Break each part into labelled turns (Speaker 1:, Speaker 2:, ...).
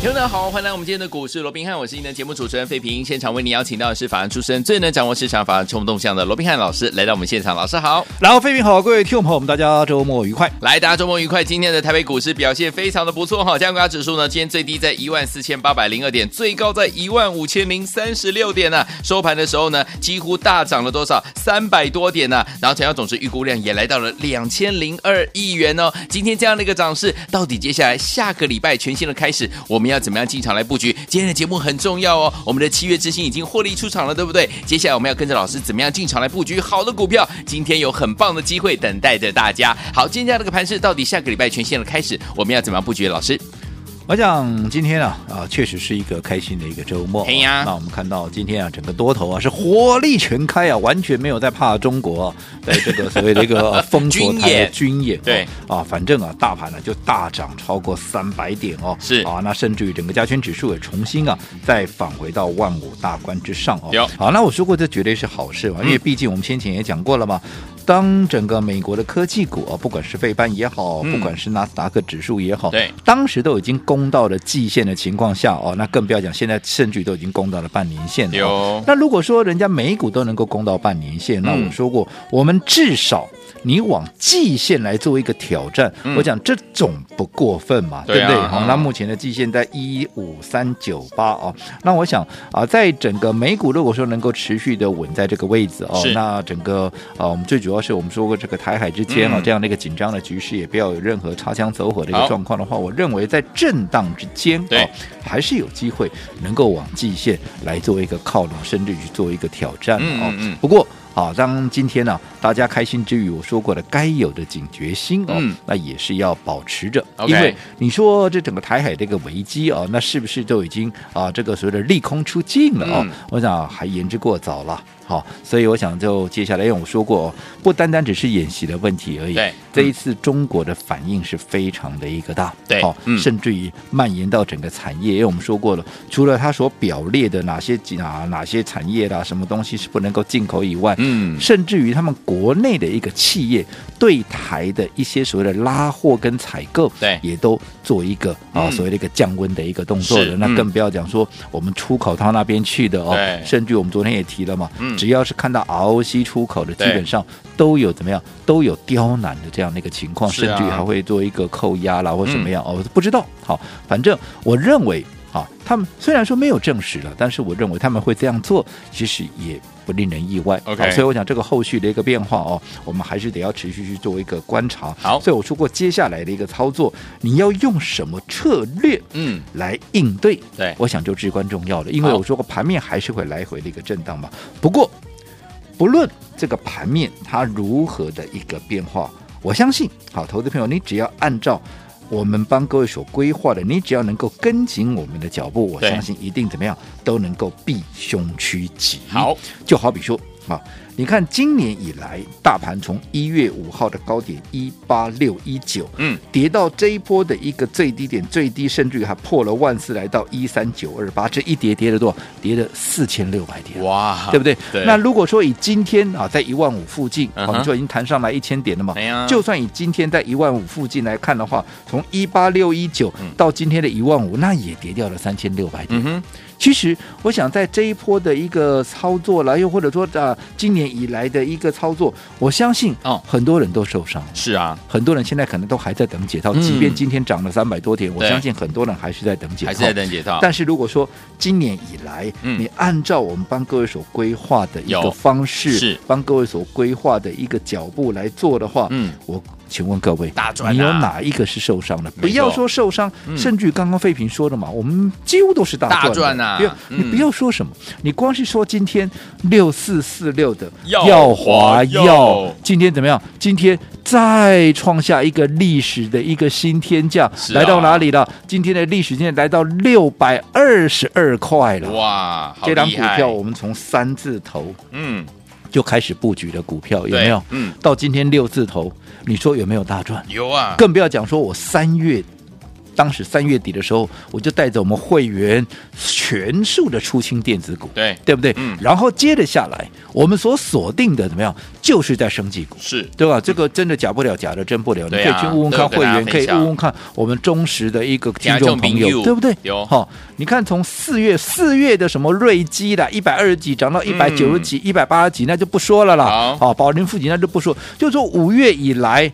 Speaker 1: 听众朋友好，欢迎来我们今天的股市罗宾汉，我是您的节目主持人费平。现场为您邀请到的是法案出身、最能掌握市场法案冲动向的罗宾汉老师，来到我们现场。老师好，
Speaker 2: 然后，飞平好，各位听众朋友们，大家周末愉快。
Speaker 1: 来，大家周末愉快。今天的台北股市表现非常的不错哈，加权指数呢，今天最低在一万四千八百零二点，最高在一万五千零三十六点呢、收盘的时候呢，几乎大涨了多少？三百多点呢、然后成交总值预估量也来到了两千零二亿元哦。今天这样的一个涨势，到底接下来下个礼拜全新的开始，我们要怎么样进场来布局？今天的节目很重要哦，我们的七月之星已经获利出场了，对不对？接下来我们要跟着老师怎么样进场来布局好的股票？今天有很棒的机会等待着大家。好，今天这样的一个盘势，到底下个礼拜全线的开始，我们要怎么样布局？老师，
Speaker 2: 我想今天啊啊，确实是一个开心的一个周末、
Speaker 1: 嘿呀
Speaker 2: 那我们看到今天啊，整个多头啊是火力全开啊，完全没有在怕中国啊在这个所谓的 一个呃封锁
Speaker 1: 军
Speaker 2: 台的
Speaker 1: 演
Speaker 2: 军演。
Speaker 1: 对
Speaker 2: 啊，反正啊，大盘呢、就大涨超过三百点哦。
Speaker 1: 是
Speaker 2: 啊，那甚至于整个加权指数也重新啊再返回到万五大关之上哦。
Speaker 1: 有嗯
Speaker 2: 好，那我说过这绝对是好事嘛，啊因为毕竟我们先前也讲过了嘛。当整个美国的科技股啊，不管是费班也好，
Speaker 1: 嗯
Speaker 2: 不管是纳斯达克指数也好，
Speaker 1: 对
Speaker 2: 当时都已经攻到了季线的情况下哦，那更不要讲现在甚至都已经攻到了半年线了、哦。
Speaker 1: 有
Speaker 2: 那如果说人家美股都能够攻到半年线，那
Speaker 1: 嗯
Speaker 2: 我说过，我们至少你往季线来做一个挑战，
Speaker 1: 嗯
Speaker 2: 我讲这总不过分嘛，
Speaker 1: 对啊
Speaker 2: 不对？好、
Speaker 1: 嗯
Speaker 2: 那目前的季线在一五三九八哦，那我想啊，在整个美股如果说能够持续的稳在这个位置哦
Speaker 1: 是，
Speaker 2: 那整个啊，我们最主要是我们说过这个台海之间哦、
Speaker 1: 嗯
Speaker 2: 这样的一个紧张的局势，也不要有任何擦枪走火的一
Speaker 1: 好
Speaker 2: 个状况的话，我认为在震荡之间
Speaker 1: 对
Speaker 2: 哦，还是有机会能够往季线来做一个靠拢，甚至于去做一个挑战
Speaker 1: 嗯
Speaker 2: 哦。
Speaker 1: 嗯嗯
Speaker 2: 不过。好，当今天呢、大家开心之余，我说过的该有的警觉心哦，
Speaker 1: 嗯
Speaker 2: 那也是要保持着
Speaker 1: OK
Speaker 2: 因为你说这整个台海这个危机啊，那是不是都已经啊这个所谓的利空出尽了哦？
Speaker 1: 嗯
Speaker 2: 我想还言之过早了。好，所以我想就接下来，因为我说过、哦，不单单只是演习的问题而已。
Speaker 1: 对
Speaker 2: 这一次中国的反应是非常的一个大，
Speaker 1: 对
Speaker 2: 好、
Speaker 1: 嗯
Speaker 2: 甚至于蔓延到整个产业。因为我们说过了，除了它所表列的哪些啊哪哪些产业啦，什么东西是不能够进口以外，
Speaker 1: 嗯
Speaker 2: 甚至于他们国内的一个企业对台的一些所谓的拉货跟采购，
Speaker 1: 对
Speaker 2: 也都做一个啊、
Speaker 1: 嗯
Speaker 2: 所谓的一个降温的一个动作
Speaker 1: 是
Speaker 2: 了。那
Speaker 1: 嗯
Speaker 2: 更不要讲说我们出口到那边去的哦
Speaker 1: 对，
Speaker 2: 甚至我们昨天也提了嘛，
Speaker 1: 嗯
Speaker 2: 只要是看到 ROC 出口的，基
Speaker 1: 对
Speaker 2: 本上都有怎么样，都有刁难的这样的一个情况，
Speaker 1: 是
Speaker 2: 甚
Speaker 1: 啊嗯
Speaker 2: 至于还会做一个扣押啦或什么样、哦，不知道。好，反正我认为。啊，他们虽然说没有证实了，但是我认为他们会这样做，其实也不令人意外。
Speaker 1: OK
Speaker 2: 好所以我想这个后续的一个变化哦，我们还是得要持续去做一个观察。
Speaker 1: 好
Speaker 2: 所以我说过，接下来的一个操作，你要用什么策略？
Speaker 1: 嗯
Speaker 2: 来应对，
Speaker 1: 对
Speaker 2: 我想就至关重要了，因为
Speaker 1: 好
Speaker 2: 我说过盘面还是会来回的一个震荡嘛。不过，不论这个盘面它如何的一个变化，我相信，好，投资朋友，你只要按照我们帮各位所规划的，你只要能够跟紧我们的脚步，我
Speaker 1: 对
Speaker 2: 相信一定怎么样都能够避凶趋吉。
Speaker 1: 好，
Speaker 2: 就好比说啊，你看今年以来，大盘从一月五号的高点一八六一九，
Speaker 1: 嗯，
Speaker 2: 跌到这一波的一个最低点，最低甚至于还破了万四，来到一三九二八，这一跌跌了多少？跌了四千六百点。
Speaker 1: 哇，
Speaker 2: 对不对？
Speaker 1: 对
Speaker 2: 那如果说以今天啊，在一万五附近，
Speaker 1: 嗯
Speaker 2: 我
Speaker 1: 哼
Speaker 2: 们就已经弹上来一千点了嘛
Speaker 1: 哎呀。
Speaker 2: 就算以今天在一万五附近来看的话，从一八六一九
Speaker 1: 嗯
Speaker 2: 到今天的一万五，那也跌掉了三千六百点
Speaker 1: 嗯。哼，
Speaker 2: 其实，我想在这一波的一个操作啦，又或者说啊、呃今年以来的一个操作，我相信
Speaker 1: 哦
Speaker 2: 很多人都受伤，
Speaker 1: 是啊，
Speaker 2: 很多人现在可能都还在等解套，
Speaker 1: 嗯
Speaker 2: 即便今天涨了三百多点，我
Speaker 1: 对
Speaker 2: 相信很多人还是在等解套。
Speaker 1: 还是在等解套，
Speaker 2: 但是如果说今年以来，
Speaker 1: 嗯
Speaker 2: 你按照我们帮各位所规划的一
Speaker 1: 有
Speaker 2: 个方式，
Speaker 1: 是
Speaker 2: 帮各位所规划的一个脚步来做的话，
Speaker 1: 嗯，
Speaker 2: 我请问各位，
Speaker 1: 大赚啊
Speaker 2: 你有哪一个是受伤的？
Speaker 1: 错
Speaker 2: 不要说受伤，
Speaker 1: 嗯
Speaker 2: 甚至于刚刚费平说的嘛，我们几乎都是大赚
Speaker 1: 大
Speaker 2: 的
Speaker 1: 赚啊
Speaker 2: 不要
Speaker 1: 嗯
Speaker 2: 你不要说什么，你光是说今天六四四六的
Speaker 1: 耀华
Speaker 2: 华
Speaker 1: 耀
Speaker 2: 耀，今天怎么样？今天再创下一个历史的一个新天价，
Speaker 1: 是啊
Speaker 2: 来到哪里了？今天的历史现在来到六百二十二块了。
Speaker 1: 啊哇，好
Speaker 2: 这张股
Speaker 1: 厉害
Speaker 2: 票我们从三字头
Speaker 1: 嗯，
Speaker 2: 就开始布局的股票，有
Speaker 1: 对
Speaker 2: 没有？
Speaker 1: 嗯，
Speaker 2: 到今天六字头，你说有没有大赚？
Speaker 1: 有啊，
Speaker 2: 更不要讲说我三月。当时三月底的时候，我就带着我们会员全数的出清电子股，
Speaker 1: 对
Speaker 2: 对不对？
Speaker 1: 嗯
Speaker 2: 然后接着下来，我们所锁定的怎么样，就是在升级股，
Speaker 1: 是
Speaker 2: 对吧？这个真的假不了，假的真不了。你
Speaker 1: 对
Speaker 2: 可以
Speaker 1: 啊
Speaker 2: 去问问
Speaker 1: 都有
Speaker 2: 看
Speaker 1: 跟
Speaker 2: 会
Speaker 1: 大家
Speaker 2: 员，
Speaker 1: 分
Speaker 2: 可以
Speaker 1: 享啊
Speaker 2: 问问看我们忠实的一个听
Speaker 1: 听众
Speaker 2: 众朋
Speaker 1: 朋友
Speaker 2: 友，对不对？
Speaker 1: 有
Speaker 2: 好、你看从四月四月的什么瑞基啦，一百二十几涨到一百九十几、一百八十几，那就不说了啦。
Speaker 1: 嗯好
Speaker 2: 好、宝林附近那就不说，就说五月以来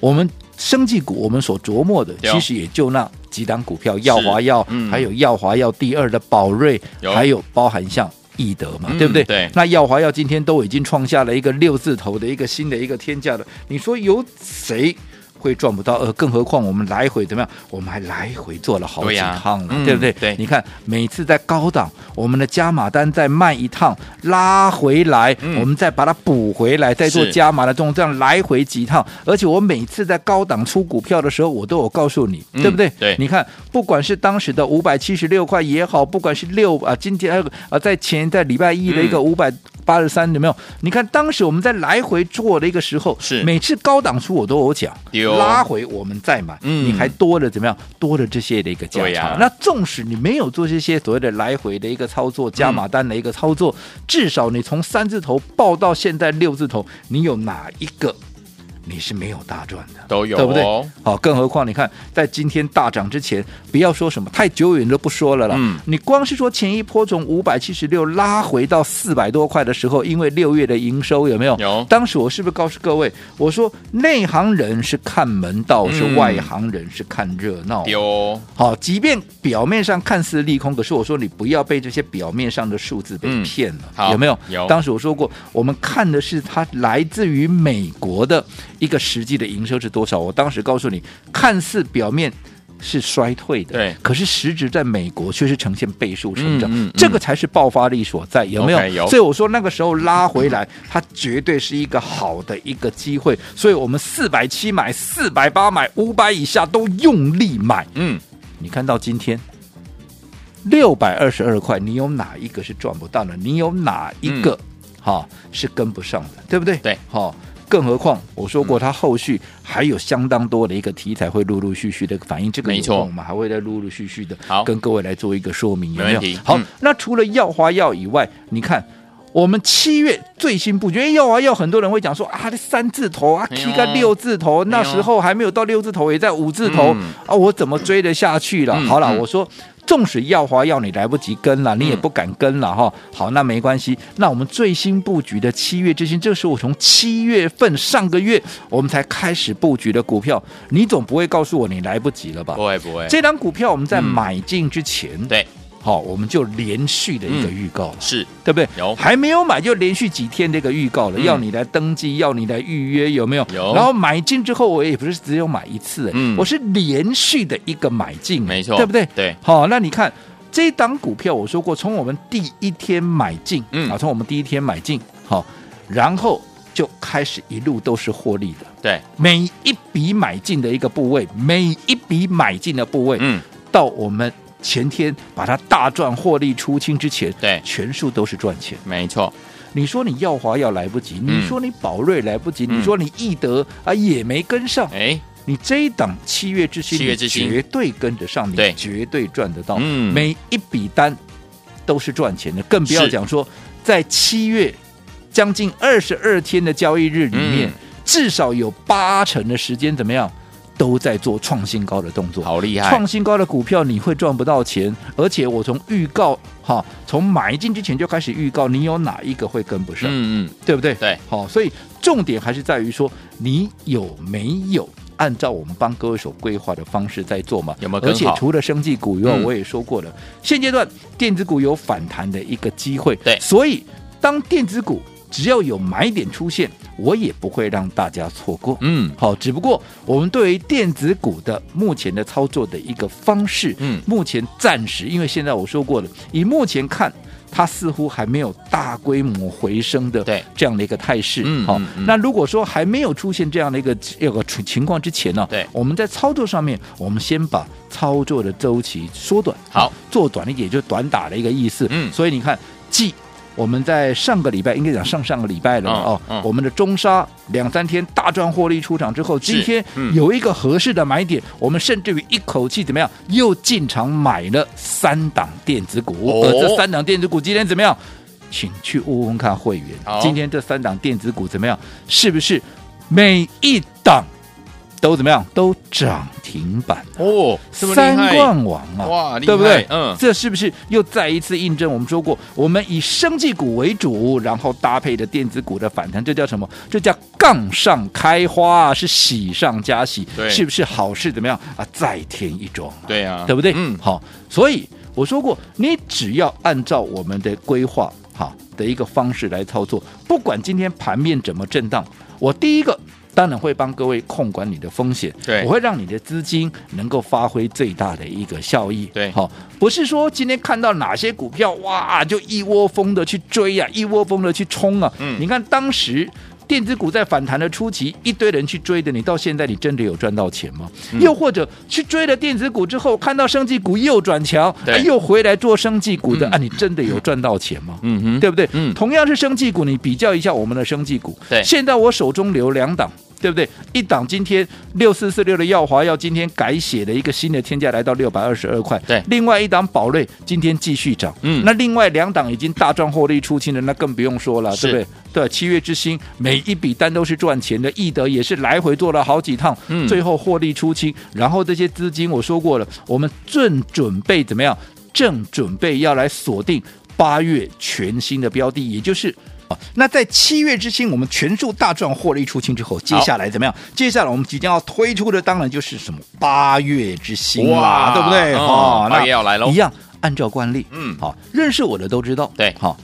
Speaker 2: 我们。生技股我们所琢磨的，
Speaker 1: 有
Speaker 2: 其实也就那几档股票，耀华
Speaker 1: 是
Speaker 2: 药，
Speaker 1: 嗯
Speaker 2: 还有耀华药第二的宝瑞
Speaker 1: 有，
Speaker 2: 还有包含像易德嘛，
Speaker 1: 嗯
Speaker 2: 对不对？
Speaker 1: 对
Speaker 2: 那耀华药今天都已经创下了一个六字头的一个新的一个天价了，你说有谁会赚不到？呃，更何况我们来回怎么样？我们还来回做了好
Speaker 1: 对
Speaker 2: 几
Speaker 1: 呀
Speaker 2: 趟了，
Speaker 1: 嗯
Speaker 2: 对不对？
Speaker 1: 对
Speaker 2: 你看每次在高档，我们的加码单再卖一趟，拉回来，
Speaker 1: 嗯
Speaker 2: 我们再把它补回来，再做
Speaker 1: 是
Speaker 2: 加码的动作，这样来回几趟。而且我每次在高档出股票的时候，我都有告诉你，
Speaker 1: 嗯
Speaker 2: 对不对？
Speaker 1: 对
Speaker 2: 你看，不管是当时的五百七十六块也好，不管是六啊，今天啊、呃在前在礼拜一的一
Speaker 1: 嗯
Speaker 2: 个五百八十三，有没有？你看当时我们在来回做的一个时候，
Speaker 1: 是
Speaker 2: 每次高档出我都有讲，
Speaker 1: 有
Speaker 2: 拉回我们再买，
Speaker 1: 嗯
Speaker 2: 你还多了怎么样？多了这些的一个价
Speaker 1: 对
Speaker 2: 差。
Speaker 1: 呀
Speaker 2: 那纵使你没有做这些所谓的来回的一个操作、加码单的一个操作，至少你从三字头报到现在六字头，你有哪一个你是没有大赚的？
Speaker 1: 都有、哦，
Speaker 2: 对不对？好，更何况你看，在今天大涨之前，不要说什么太久远都不说了啦。
Speaker 1: 嗯
Speaker 2: 你光是说前一波从五百七十六拉回到四百多块的时候，因为六月的营收有没有？
Speaker 1: 有
Speaker 2: 当时我是不是告诉各位，我说内行人是看门道，
Speaker 1: 嗯
Speaker 2: 是外行人是看热闹。啊
Speaker 1: 有哦，
Speaker 2: 好，即便表面上看似利空，可是我说你不要被这些表面上的数字被
Speaker 1: 嗯
Speaker 2: 骗了，
Speaker 1: 好
Speaker 2: 有没有？
Speaker 1: 有
Speaker 2: 当时我说过，我们看的是它来自于美国的一个实际的营收是多少。我当时告诉你，看似表面。是衰退的，
Speaker 1: 对
Speaker 2: 可是实质在美国却是呈现倍数成长，
Speaker 1: 嗯嗯嗯
Speaker 2: 这个才是爆发力所在，有没有
Speaker 1: OK，有
Speaker 2: 所以我说那个时候拉回来，它绝对是一个好的一个机会。所以我们四百七买、四百八买、五百以下都用力买，
Speaker 1: 嗯，
Speaker 2: 你看到今天六百二十二块，你有哪一个是赚不到的？你有哪一个哈、是跟不上的，对不对？
Speaker 1: 嗯对，
Speaker 2: 哈、更何况我说过，它后续还有相当多的一个题材会陆陆续续的反映，这个
Speaker 1: 没
Speaker 2: 有
Speaker 1: 错
Speaker 2: 空我们还会再陆陆续续的
Speaker 1: 好
Speaker 2: 跟各位来做一个说明，有
Speaker 1: 没
Speaker 2: 没有
Speaker 1: 问题？
Speaker 2: 好，
Speaker 1: 嗯
Speaker 2: 那除了药花药以外，你看。我们七月最新布局，因为药华药很多人会讲说啊，这三字头啊，
Speaker 1: 哎呦哎
Speaker 2: 提个六字头，那时候还没有到六字头，也在五字头、
Speaker 1: 嗯
Speaker 2: 啊，我怎么追得下去了？
Speaker 1: 嗯
Speaker 2: 好了，
Speaker 1: 嗯
Speaker 2: 我说。纵使耀华要你来不及跟了，你也不敢跟了哈、
Speaker 1: 嗯
Speaker 2: 好，那没关系。那我们最新布局的七月之星，这是我从七月份上个月我们才开始布局的股票，你总不会告诉我你来不及了 吧？
Speaker 1: 不会不会，
Speaker 2: 这张股票我们在
Speaker 1: 嗯
Speaker 2: 买进之前，
Speaker 1: 哦对
Speaker 2: 好、我们就连续的一个
Speaker 1: 嗯
Speaker 2: 预告了。
Speaker 1: 是
Speaker 2: 对不对？
Speaker 1: 有
Speaker 2: 还没有买就连续几天这个预告了，
Speaker 1: 嗯
Speaker 2: 要你来登记，要你来预约，有没有？
Speaker 1: 有
Speaker 2: 然后买进之后，我也不是只有买一次，
Speaker 1: 嗯
Speaker 2: 我是连续的一个买进，
Speaker 1: 没错，
Speaker 2: 对不对？
Speaker 1: 对，
Speaker 2: 好，那你看这一档股票，我说过，从我们第一天买进，
Speaker 1: 嗯
Speaker 2: 啊，从我们第一天买进，好，然后就开始一路都是获利的，
Speaker 1: 对，
Speaker 2: 每一笔买进的一个部位，每一笔买进的部位，
Speaker 1: 嗯，
Speaker 2: 到我们前天把它大赚获利出清之前，
Speaker 1: 对
Speaker 2: 全数都是赚钱。
Speaker 1: 没错，
Speaker 2: 你说你耀华要来不及，
Speaker 1: 嗯
Speaker 2: 你说你宝瑞来不及，
Speaker 1: 嗯
Speaker 2: 你说你易德啊也没跟上，
Speaker 1: 哎，
Speaker 2: 你这一档七月之星，
Speaker 1: 七月之星
Speaker 2: 你绝对跟得上，你
Speaker 1: 对
Speaker 2: 绝对赚得到，
Speaker 1: 嗯
Speaker 2: 每一笔单都是赚钱的，更不要
Speaker 1: 是
Speaker 2: 讲说在七月将近二十二天的交易日里面，
Speaker 1: 嗯
Speaker 2: 至少有八成的时间怎么样？都在做创新高的动作，
Speaker 1: 好厉害
Speaker 2: 创，新高的股票你会赚不到钱，而且我从预告哈，从买进之前就开始预告，你有哪一个会跟不上，
Speaker 1: 嗯嗯，
Speaker 2: 对不对？
Speaker 1: 对，
Speaker 2: 好，所以重点还是在于说你有没有。按照我们帮各位所规划的方式在做嘛，
Speaker 1: 有没有更
Speaker 2: 而且
Speaker 1: 好
Speaker 2: 除了生技股以外，
Speaker 1: 嗯
Speaker 2: 我也说过了，现阶段电子股有反弹的一个机会，
Speaker 1: 对
Speaker 2: 所以当电子股只要有买点出现，我也不会让大家错过。
Speaker 1: 嗯，
Speaker 2: 好，只不过我们对于电子股的目前的操作的一个方式，
Speaker 1: 嗯
Speaker 2: 目前暂时，因为现在我说过了，以目前看。它似乎还没有大规模回升的
Speaker 1: 对
Speaker 2: 这样的一个态势，
Speaker 1: 嗯
Speaker 2: 好、
Speaker 1: 嗯嗯
Speaker 2: 那如果说还没有出现这样的一个这个情情况之前呢、
Speaker 1: 对
Speaker 2: 我们在操作上面，我们先把操作的周期缩短，
Speaker 1: 好，
Speaker 2: 做短一点，就短打的一个意思，
Speaker 1: 嗯
Speaker 2: 所以你看，继我们在上个礼拜，应该讲上上个礼拜了嘛
Speaker 1: 嗯
Speaker 2: 哦，
Speaker 1: 嗯
Speaker 2: 我们的中沙两三天大赚获利出场之后，今天
Speaker 1: 嗯
Speaker 2: 有一个合适的买点，我们甚至于一口气怎么样，又进场买了三档电子股，
Speaker 1: 哦
Speaker 2: 而这三档电子股今天怎么样？请去问问看会员
Speaker 1: 好，
Speaker 2: 今天这三档电子股怎么样？是不是每一档都怎么样？都涨停板？
Speaker 1: 哦，这么厉
Speaker 2: 三
Speaker 1: 害，
Speaker 2: 冠王啊，
Speaker 1: 哇厉害
Speaker 2: 对不对？
Speaker 1: 嗯
Speaker 2: 这是不是又再一次印证我们说过，我们以生技股为主，然后搭配着电子股的反弹，这叫什么？这叫杠上开花，是喜上加喜，
Speaker 1: 对
Speaker 2: 是不是好事怎么样啊？再添一桩、啊，
Speaker 1: 对啊
Speaker 2: 对不对？
Speaker 1: 嗯
Speaker 2: 好，所以我说过，你只要按照我们的规划，好的一个方式来操作，不管今天盘面怎么震荡，我第一个。当然会帮各位控管你的风险，
Speaker 1: 对
Speaker 2: 我会让你的资金能够发挥最大的一个效益。
Speaker 1: 对
Speaker 2: 好、不是说今天看到哪些股票哇就一窝蜂的去追呀、一窝蜂的去冲啊。
Speaker 1: 嗯
Speaker 2: 你看当时。电子股在反弹的初期，一堆人去追的，你到现在你真的有赚到钱吗？
Speaker 1: 嗯
Speaker 2: 又或者去追了电子股之后，看到生技股又转强，
Speaker 1: 对
Speaker 2: 哎又回来做生技股的、
Speaker 1: 嗯
Speaker 2: 啊，你真的有赚到钱吗？
Speaker 1: 嗯哼，
Speaker 2: 对不对？
Speaker 1: 嗯
Speaker 2: 同样是生技股，你比较一下我们的生技股，
Speaker 1: 对
Speaker 2: 现在我手中留两档。对不对？一档今天六四四六的耀华药今天改写了一个新的天价，来到六百二十二块。
Speaker 1: 对
Speaker 2: 另外一档宝瑞今天继续涨。
Speaker 1: 嗯
Speaker 2: 那另外两档已经大赚获利出清的，那更不用说了，
Speaker 1: 是
Speaker 2: 对不对？对，七月之星每一笔单都是赚钱的，易德也是来回做了好几趟，
Speaker 1: 嗯
Speaker 2: 最后获利出清。然后这些资金我说过了，我们正准备怎么样？正准备要来锁定八月全新的标的，也就是。啊那在七月之星，我们全数大赚获利出清之后，接下来怎么样？接下来我们即将要推出的，当然就是什么八月之星
Speaker 1: 哇
Speaker 2: 啦，对不对？哦
Speaker 1: 嗯八
Speaker 2: 那
Speaker 1: 月要来喽
Speaker 2: 一样按照惯例，
Speaker 1: 嗯
Speaker 2: 好，认识我的都知道，
Speaker 1: 对
Speaker 2: 好，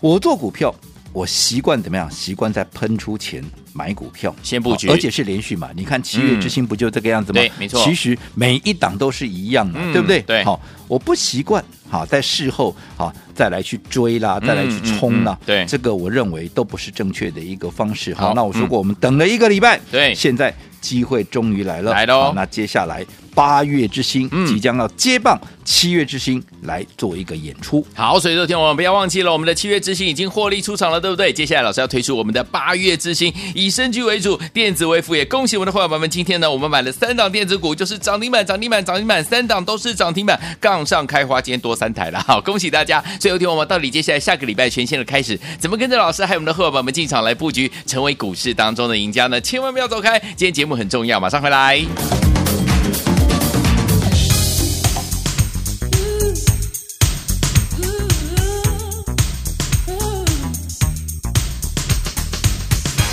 Speaker 2: 我做股票，我习惯怎么样？习惯在喷出前买股票，哦
Speaker 1: 先布局嗯
Speaker 2: 好而且是连续买。你看七月之星不就这个样子吗？
Speaker 1: 对没错
Speaker 2: 其实每一档都是一样的，
Speaker 1: 嗯
Speaker 2: 对不对？
Speaker 1: 对
Speaker 2: 好，我不习惯，好，在事后好再来去追啦，再来去冲啦
Speaker 1: 嗯嗯，嗯对
Speaker 2: 这个我认为都不是正确的一个方式。
Speaker 1: 好嗯
Speaker 2: 好，那我说过，我们等了一个礼拜，
Speaker 1: 对
Speaker 2: 现在机会终于来了，
Speaker 1: 来喽
Speaker 2: 好那接下来八月之星
Speaker 1: 嗯
Speaker 2: 即将要接棒七月之星来做一个演出。
Speaker 1: 好，所以昨天我们不要忘记了，我们的七月之星已经获利出场了，对不对？接下来老师要推出我们的八月之星，以生居为主，电子为辅，也恭喜我们的伙伴们，今天呢，我们买了三档电子股，就是涨停板、涨停板、涨停板，三档都是涨停板，杠上开花，今天多三台了，好，恭喜大家！所以昨天我们到底接下来下个礼拜全新的开始，怎么跟着老师还有我们的伙伴们进场来布局，成为股市当中的赢家呢？千万不要走开，今天节目很重要，马上回来。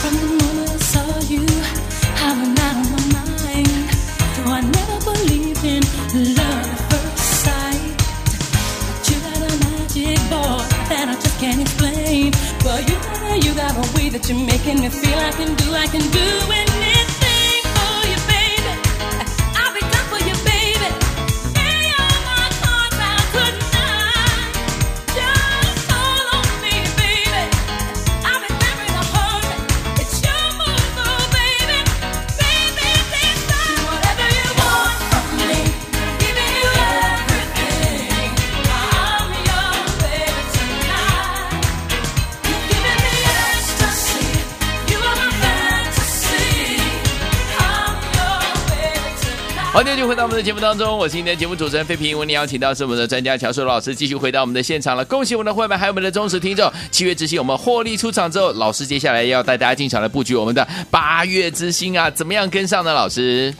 Speaker 3: From the moment I saw you, I went out of my mind. Though I never believed in love at first sight. But you got a magic ball that I just can't explain. Well, you got a, you got a way that you're making me feel I can do, I can do anything for you, baby. I'll be done for you, baby. Hey, all my heart, I couldn't I? Just hold on to me, baby. I've been buried a hundred. It's your move, oh, baby. Baby, this time, whatever you want from me, giving you everything. I'm your baby tonight. You're giving me ecstasy. You are my fantasy. I'm your baby tonight.
Speaker 1: 欢迎继续回到我们的节目当中，我是今天的节目主持人费平。为您邀请到是我们的专家乔硕老师，继续回到我们的现场了。恭喜我们的会员，还有我们的忠实听众。七月之星，我们获利出场之后，老师接下来要带大家进场来布局我们的八月之星啊，怎么样跟上呢？老师，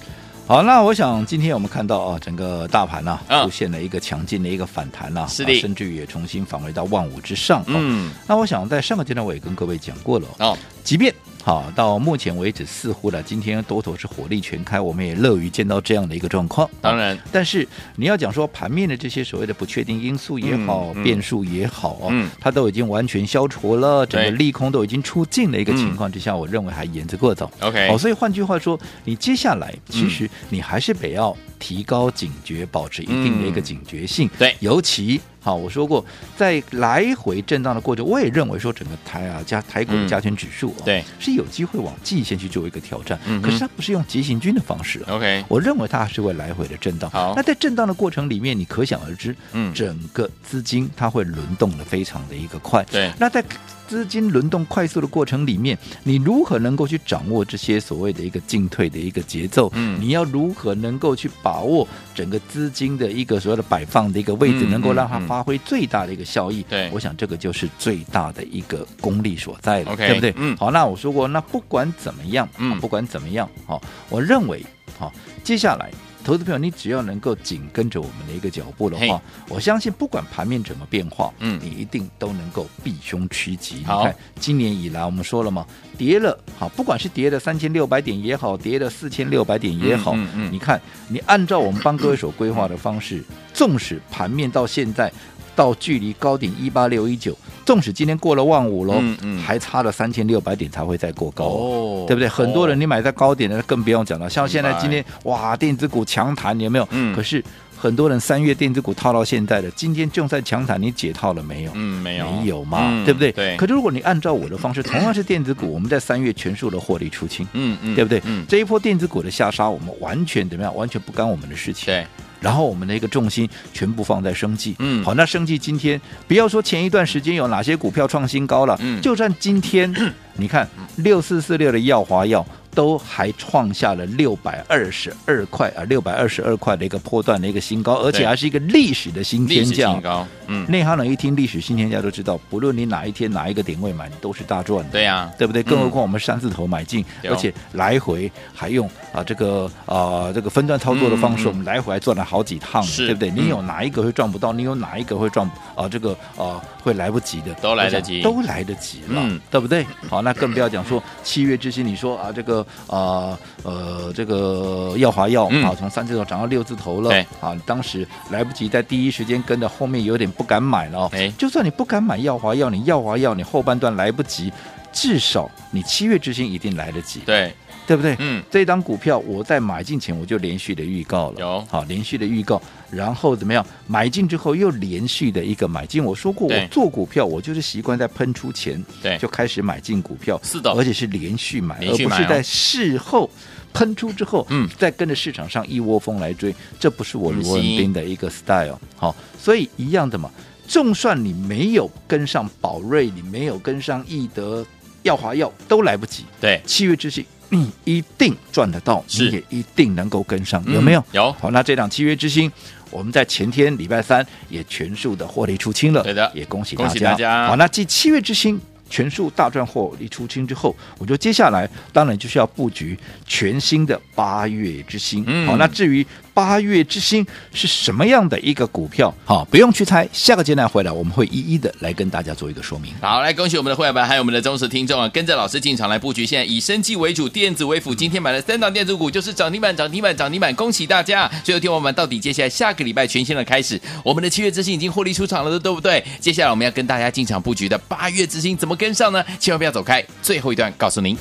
Speaker 2: 好，那我想今天我们看到啊，整个大盘呢、
Speaker 1: 嗯
Speaker 2: 出现了一个强劲的一个反弹啦、啊，
Speaker 1: 是的
Speaker 2: 甚至于也重新返回到万五之上、嗯，
Speaker 1: 嗯，
Speaker 2: 那我想在上个阶段我也跟各位讲过了哦，
Speaker 1: 哦，
Speaker 2: 即便好到目前为止，似乎呢今天多头是火力全开，我们也乐于见到这样的一个状况。啊
Speaker 1: 当然
Speaker 2: 但是你要讲说盘面的这些所谓的不确定因素也好，
Speaker 1: 嗯嗯
Speaker 2: 变数也好哦，
Speaker 1: 嗯
Speaker 2: 它都已经完全消除了，整个
Speaker 1: 对嗯
Speaker 2: 利空都已经出尽的一个情况之下，我认为还言之过早。
Speaker 1: ，OK，
Speaker 2: 哦，所以换句话说，你接下来
Speaker 1: 嗯
Speaker 2: 其实你还是得要提高警觉，保持一定的一个警觉性。
Speaker 1: 嗯对
Speaker 2: 尤其好，我说过，在来回震荡的过程，我也认为说整个台啊加台股的
Speaker 1: 嗯
Speaker 2: 加权指数、啊
Speaker 1: 对
Speaker 2: 是有机会往季线去做一个挑战，
Speaker 1: 嗯哼
Speaker 2: 可是它不是用急行军的方式啊。
Speaker 1: OK，
Speaker 2: 我认为它还是会来回的震荡。
Speaker 1: 好
Speaker 2: 那在震荡的过程里面，你可想而知，
Speaker 1: 嗯
Speaker 2: 整个资金它会轮动的非常的一个快。
Speaker 1: 对
Speaker 2: 那在资金轮动快速的过程里面，你如何能够去掌握这些所谓的一个进退的一个节奏？
Speaker 1: 嗯
Speaker 2: 你要如何能够去把握整个资金的一个所谓的摆放的一个位置，
Speaker 1: 嗯
Speaker 2: 能够让它
Speaker 1: 嗯嗯
Speaker 2: 发挥最大的一个效益？
Speaker 1: 对
Speaker 2: 我想这个就是最大的一个功力所在了
Speaker 1: OK，
Speaker 2: 对不对？
Speaker 1: 嗯
Speaker 2: 好，那我说过，那不管怎么样，
Speaker 1: 嗯
Speaker 2: 啊不管怎么样，好、我认为，好、接下来。投资朋友，你只要能够紧跟着我们的一个脚步的
Speaker 1: 嘿
Speaker 2: 话，我相信不管盘面怎么变化，
Speaker 1: 嗯
Speaker 2: 你一定都能够避凶趋吉。你
Speaker 1: 好
Speaker 2: 看今年以来，我们说了嘛，跌了，好，不管是跌了三千六百点也好，跌了四千六百点也好，
Speaker 1: 嗯嗯嗯嗯
Speaker 2: 你看，你按照我们帮各位所规划的方式，纵使盘面到现在到距离高点一八六一九，纵使今天过了万五喽，
Speaker 1: 嗯嗯
Speaker 2: 还差了三千六百点才会再过高哦
Speaker 1: 哦
Speaker 2: 对不对？很多人
Speaker 1: 哦
Speaker 2: 你买在高点的，更不用讲了。像现在
Speaker 1: 明白
Speaker 2: 今天哇，电子股强弹，有没有？
Speaker 1: 嗯
Speaker 2: 可是很多人三月电子股套到现在的，今天就算强弹，你解套了没有？
Speaker 1: 嗯没有
Speaker 2: 没有嘛，
Speaker 1: 嗯
Speaker 2: 对不对？
Speaker 1: 对，
Speaker 2: 可是如果你按照我的方式，同样是电子股，我们在三月全数的获利出清，
Speaker 1: 嗯嗯
Speaker 2: 对不对？
Speaker 1: 嗯
Speaker 2: 这一波电子股的下杀，我们完全怎么样？完全不干我们的事情。
Speaker 1: 对
Speaker 2: 然后我们的一个重心全部放在生计。
Speaker 1: 嗯
Speaker 2: 好，那生计今天不要说前一段时间有哪些股票创新高了，
Speaker 1: 嗯
Speaker 2: 就算 今天，你看六四四六的耀华药。都还创下了六百二十二块啊，六百二十二块的一个波段的一个新高，而且还是一个历史的新
Speaker 1: 历
Speaker 2: 天
Speaker 1: 史
Speaker 2: 价
Speaker 1: 新。高，嗯
Speaker 2: 内行人一听历史新天价都知道，不论你哪一天哪一个点位买，你都是大赚的。
Speaker 1: 对呀
Speaker 2: 对不对？更何
Speaker 1: 嗯
Speaker 2: 况我们三字头买进，
Speaker 1: 有
Speaker 2: 而且来回还用啊这个啊、这个分段操作的方
Speaker 1: 嗯
Speaker 2: 式，
Speaker 1: 嗯
Speaker 2: 我们来回还赚了好几趟呢，
Speaker 1: 是
Speaker 2: 对不对？
Speaker 1: 嗯
Speaker 2: 你有哪一个会赚不到？你有哪一个会赚啊、这个啊会来不及的？
Speaker 1: 都来得及
Speaker 2: 我想都来得及了，
Speaker 1: 嗯
Speaker 2: 对不对？好，那更不要讲说七月之星，你说啊这个啊呃这个耀华药、
Speaker 1: 嗯
Speaker 2: 啊从三字头涨到六字头了
Speaker 1: 对，
Speaker 2: 啊当时来不及在第一时间跟着，后面有点不敢买了哦。
Speaker 1: 哎
Speaker 2: 就算你不敢买耀华药，你耀华药你后半段来不及，至少你七月之星一定来得及，
Speaker 1: 对
Speaker 2: 对不对？
Speaker 1: 嗯
Speaker 2: 这档股票我在买进前我就连续的预告了，
Speaker 1: 有
Speaker 2: 好连续的预告，然后怎么样？买进之后又连续的一个买进。我说过，
Speaker 1: 对
Speaker 2: 我做股票我就是习惯在喷出前
Speaker 1: 对
Speaker 2: 就开始买进股票，
Speaker 1: 是的
Speaker 2: 而且是连续买，
Speaker 1: 连续买
Speaker 2: 而不
Speaker 1: 哦
Speaker 2: 是在事后。喷出之后，
Speaker 1: 嗯
Speaker 2: 再跟着市场上一窝蜂来追，这不是我
Speaker 1: 嗯
Speaker 2: 罗文
Speaker 1: 行
Speaker 2: 斌的一个 style。好，所以一样的嘛，就算你没有跟上宝瑞，你没有跟上易德、耀华药，都来不及。
Speaker 1: 对
Speaker 2: 七月之星，你一定赚得到，
Speaker 1: 嗯是
Speaker 2: 你也一定能够跟上，
Speaker 1: 嗯
Speaker 2: 有没有？
Speaker 1: 有
Speaker 2: 好，那这档七月之星，我们在前天礼拜三也全数的获利出清了，
Speaker 1: 对的
Speaker 2: 也恭喜
Speaker 1: 恭喜大家
Speaker 2: 好，那继七月之星。全数大赚获利出清之后，我觉得接下来当然就是要布局全新的八月之星。
Speaker 1: 嗯
Speaker 2: 好，那至于八月之星是什么样的一个股票，好，不用去猜。下个阶段回来，我们会一一的来跟大家做一个说明。
Speaker 1: 好，来恭喜我们的会员们，还有我们的忠实听众啊！跟着老师进场来布局，现在以生计为主，电子为辅。今天买了三档电子股，就是涨停板、涨停板、涨停板，恭喜大家！所以，听我们到底接下来下个礼拜全新的开始，我们的七月之星已经获利出场了，对不对？接下来我们要跟大家进场布局的八月之星怎么跟上呢？千万不要走开，最后一段告诉您。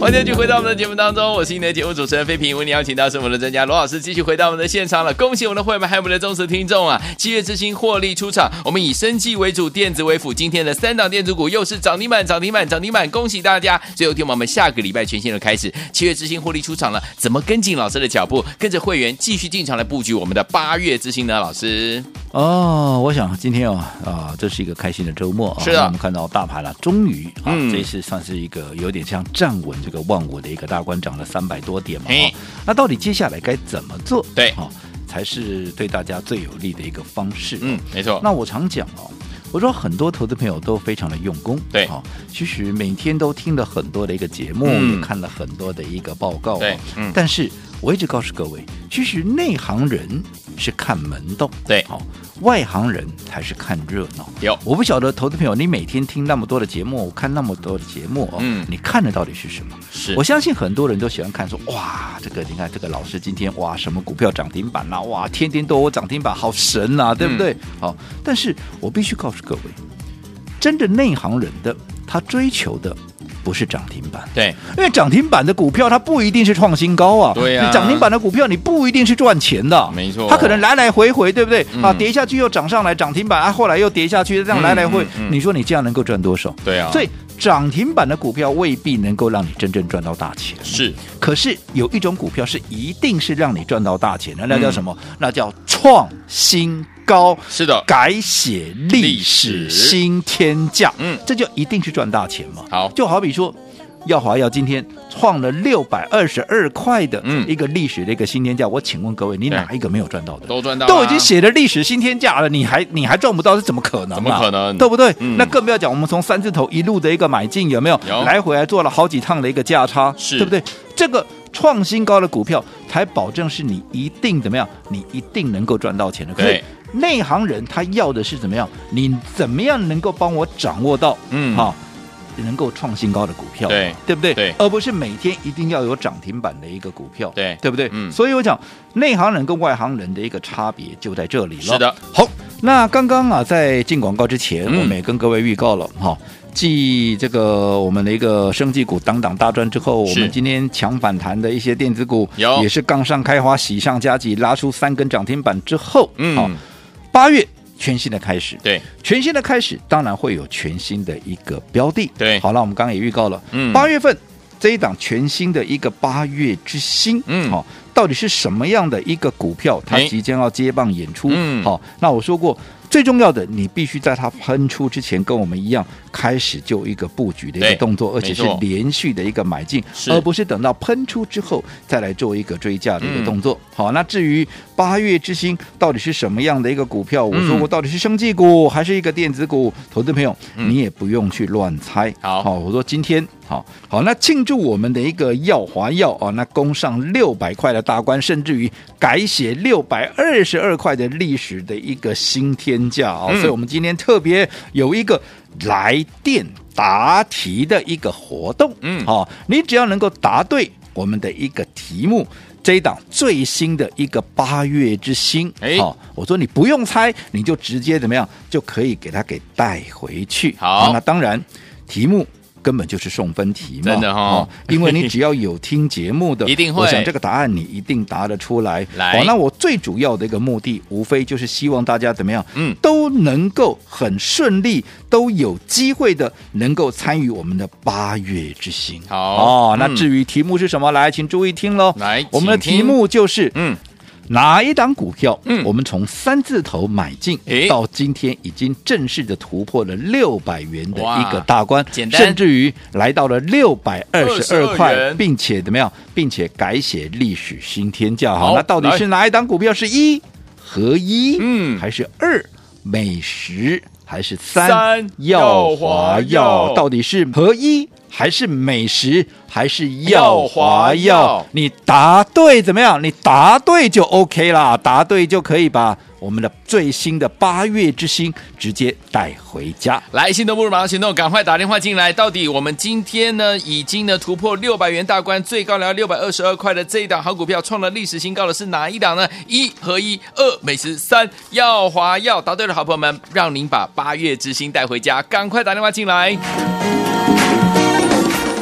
Speaker 1: 欢迎继续回到我们的节目当中，我是你的节目主持人飞平，为你邀请到是我们的专家罗老师，继续回到我们的现场了。恭喜我们的会员们还有我们的忠实听众啊！七月之星获利出场，我们以生计为主，电子为辅。今天的三档电子股又是涨停板、涨停板、涨停板，恭喜大家！最后听我们下个礼拜全新的开始，七月之星获利出场了，怎么跟进老师的脚步，跟着会员继续进场来布局我们的八月之星呢？老师，
Speaker 2: 哦，我想今天啊啊，这是一个开心的周末啊。
Speaker 1: 是的
Speaker 2: 那我们看到大盘啊，终于啊，
Speaker 1: 嗯
Speaker 2: 这一次算是一个有点像站稳这个万五的一个大关，涨了三百多点嘛、
Speaker 1: 嘿
Speaker 2: 啊那到底接下来该怎么做？
Speaker 1: 对
Speaker 2: 啊，才是对大家最有利的一个方式、啊。
Speaker 1: 嗯，没错，
Speaker 2: 那我常讲哦，我说很多投资朋友都非常的用功，
Speaker 1: 对
Speaker 2: 好、其实每天都听了很多的一个节目，
Speaker 1: 嗯
Speaker 2: 也看了很多的一个报告、哦，
Speaker 1: 对嗯
Speaker 2: 但是我一直告诉各位，其实内行人是看门道，
Speaker 1: 对
Speaker 2: 好、外行人才是看热闹。
Speaker 1: 有
Speaker 2: 我不晓得投资朋友，你每天听那么多的节目，我看那么多的节目、哦，
Speaker 1: 嗯
Speaker 2: 你看的到底是什么？
Speaker 1: 是
Speaker 2: 我相信很多人都喜欢看说，哇，这个你看这个老师今天哇什么股票涨停板啦、哇天天都有涨停板，好神呐、
Speaker 1: 嗯
Speaker 2: 对不对？好、但是我必须告诉各位，真的内行人的他追求的不是涨停板，
Speaker 1: 对，
Speaker 2: 因为涨停板的股票它不一定是创新高啊，
Speaker 1: 对啊
Speaker 2: 你涨停板的股票你不一定是赚钱的，
Speaker 1: 没错
Speaker 2: 它可能来来回回，对不对？
Speaker 1: 嗯
Speaker 2: 啊，跌下去又涨上来，涨停板啊，后来又跌下去，这样来来回，
Speaker 1: 嗯嗯嗯
Speaker 2: 你说你这样能够赚多少？
Speaker 1: 对啊，
Speaker 2: 所以涨停板的股票未必能够让你真正赚到大钱，
Speaker 1: 是
Speaker 2: 可是有一种股票是一定是让你赚到大钱的，那
Speaker 1: 嗯
Speaker 2: 叫什么？那叫创新高。
Speaker 1: 是的，
Speaker 2: 改写历
Speaker 1: 啊
Speaker 2: 史
Speaker 1: 历史
Speaker 2: 新天价，
Speaker 1: 嗯
Speaker 2: 这就一定是赚大钱嘛。
Speaker 1: 好
Speaker 2: 就好比说，耀华耀今天创了六百二十二块的
Speaker 1: 嗯
Speaker 2: 一个历史的一个新天价，我请问各位，你
Speaker 1: 对
Speaker 2: 哪一个没有赚到的？
Speaker 1: 都赚到啊，
Speaker 2: 都已经写了历史新天价了，你还你还赚不到，这怎么可能、啊？
Speaker 1: 怎么可能
Speaker 2: 对不对？
Speaker 1: 嗯
Speaker 2: 那更不要讲，我们从三字头一路的一个买进，有没有？
Speaker 1: 有
Speaker 2: 来回还做了好几趟的一个价差，
Speaker 1: 是
Speaker 2: 对不对？这个创新高的股票，才保证是你一定怎么样，你一定能够赚到钱的。可是
Speaker 1: 对
Speaker 2: 内行人他要的是怎么样？你怎么样能够帮我掌握到？
Speaker 1: 嗯
Speaker 2: 好、能够创新高的股票嘛，
Speaker 1: 对
Speaker 2: 对不对？
Speaker 1: 对
Speaker 2: 而不是每天一定要有涨停板的一个股票，
Speaker 1: 对
Speaker 2: 对不对？
Speaker 1: 嗯
Speaker 2: 所以我讲内行人跟外行人的一个差别就在这里了。
Speaker 1: 是的，
Speaker 2: 好，那刚刚啊，在进广告之前，
Speaker 1: 嗯
Speaker 2: 我们也跟各位预告了哈。继这个我们的一个生技股挡挡大赚之后，我
Speaker 1: 是
Speaker 2: 们今天强反弹的一些电子股
Speaker 1: 有
Speaker 2: 也是杠上开花，喜上加喜，拉出三根涨停板之后，好
Speaker 1: 嗯，
Speaker 2: 八月全新的开始，
Speaker 1: 对，
Speaker 2: 全新的开始，当然会有全新的一个标的。
Speaker 1: 对
Speaker 2: 好了，我们刚刚也预告了，
Speaker 1: 嗯
Speaker 2: 八月份这一档全新的一个八月之星，
Speaker 1: 嗯
Speaker 2: 好、到底是什么样的一个股票，它
Speaker 1: 哎
Speaker 2: 即将要接棒演出？
Speaker 1: 嗯
Speaker 2: 好、那我说过。最重要的，你必须在它喷出之前，跟我们一样，开始就一个布局的一个
Speaker 1: 对
Speaker 2: 动作，而且是
Speaker 1: 没错
Speaker 2: 连续的一个买进，
Speaker 1: 是
Speaker 2: 而不是等到喷出之后再来做一个追价的一个
Speaker 1: 嗯
Speaker 2: 动作。好，那至于八月之星到底是什么样的一个股票，我说
Speaker 1: 嗯
Speaker 2: 过到底是生技股还是一个电子股？投资朋友，
Speaker 1: 嗯
Speaker 2: 你也不用去乱猜。
Speaker 1: 好
Speaker 2: 我说今天好好，那庆祝我们的一个耀华药啊，那攻上六百块的大关，甚至于改写六百二十二块的历史的一个新天价啊、
Speaker 1: 嗯
Speaker 2: 所以我们今天特别有一个来电答题的一个活动，
Speaker 1: 嗯
Speaker 2: 好、你只要能够答对我们的一个题目。这一档最新的一个八月之星，
Speaker 1: 哎
Speaker 2: 好、我说你不用猜，你就直接怎么样就可以给它给带回去。
Speaker 1: 好
Speaker 2: 啊那当然题目。根本就是送分题嘛，哦
Speaker 1: 真的哈
Speaker 2: 因为 你只要有听节目的，
Speaker 1: 一定会
Speaker 2: 我想这个答案你一定答得出来。哦
Speaker 1: 来
Speaker 2: 好那我最主要的一个目的，无非就是希望大家怎么样，
Speaker 1: 嗯
Speaker 2: 都能够很顺利，都有机会的能够参与我们的八月之星。
Speaker 1: 好
Speaker 2: 哦，那
Speaker 1: 嗯
Speaker 2: 至于题目是什么，来，请注意听喽。
Speaker 1: 来
Speaker 2: 我们的
Speaker 1: 请听
Speaker 2: 题目就是，
Speaker 1: 嗯，
Speaker 2: 哪一档股票？
Speaker 1: 嗯
Speaker 2: 我们从三字头买进
Speaker 1: 诶，
Speaker 2: 到今天已经正式的突破了六百元的
Speaker 1: 哇
Speaker 2: 一个大关，
Speaker 1: 简单
Speaker 2: 甚至于来到了六百二十二块
Speaker 1: 元，
Speaker 2: 并且怎么样，并且改写历史新天价哈
Speaker 1: 好。
Speaker 2: 那到底是哪一档股票是一合一，
Speaker 1: 嗯
Speaker 2: 还是二美食，还是三
Speaker 1: 三
Speaker 2: 耀华
Speaker 1: 耀
Speaker 2: 药？到底是合一？还是美食，还是
Speaker 1: 耀
Speaker 2: 耀
Speaker 1: 华
Speaker 2: 华
Speaker 1: 药
Speaker 2: 药？你答对怎么样？你答对就 OK 啦，答对就可以把我们的最新的八月之星直接带回家。
Speaker 1: 来，心动不如马上行动，赶快打电话进来。到底我们今天呢，已经呢突破六百元大关，最高聊六百二十二块的这一档好股票，创了历史新高的是哪一档呢？一合一，二美食，三耀华药。答对的好朋友们，让您把八月之星带回家，赶快打电话进来。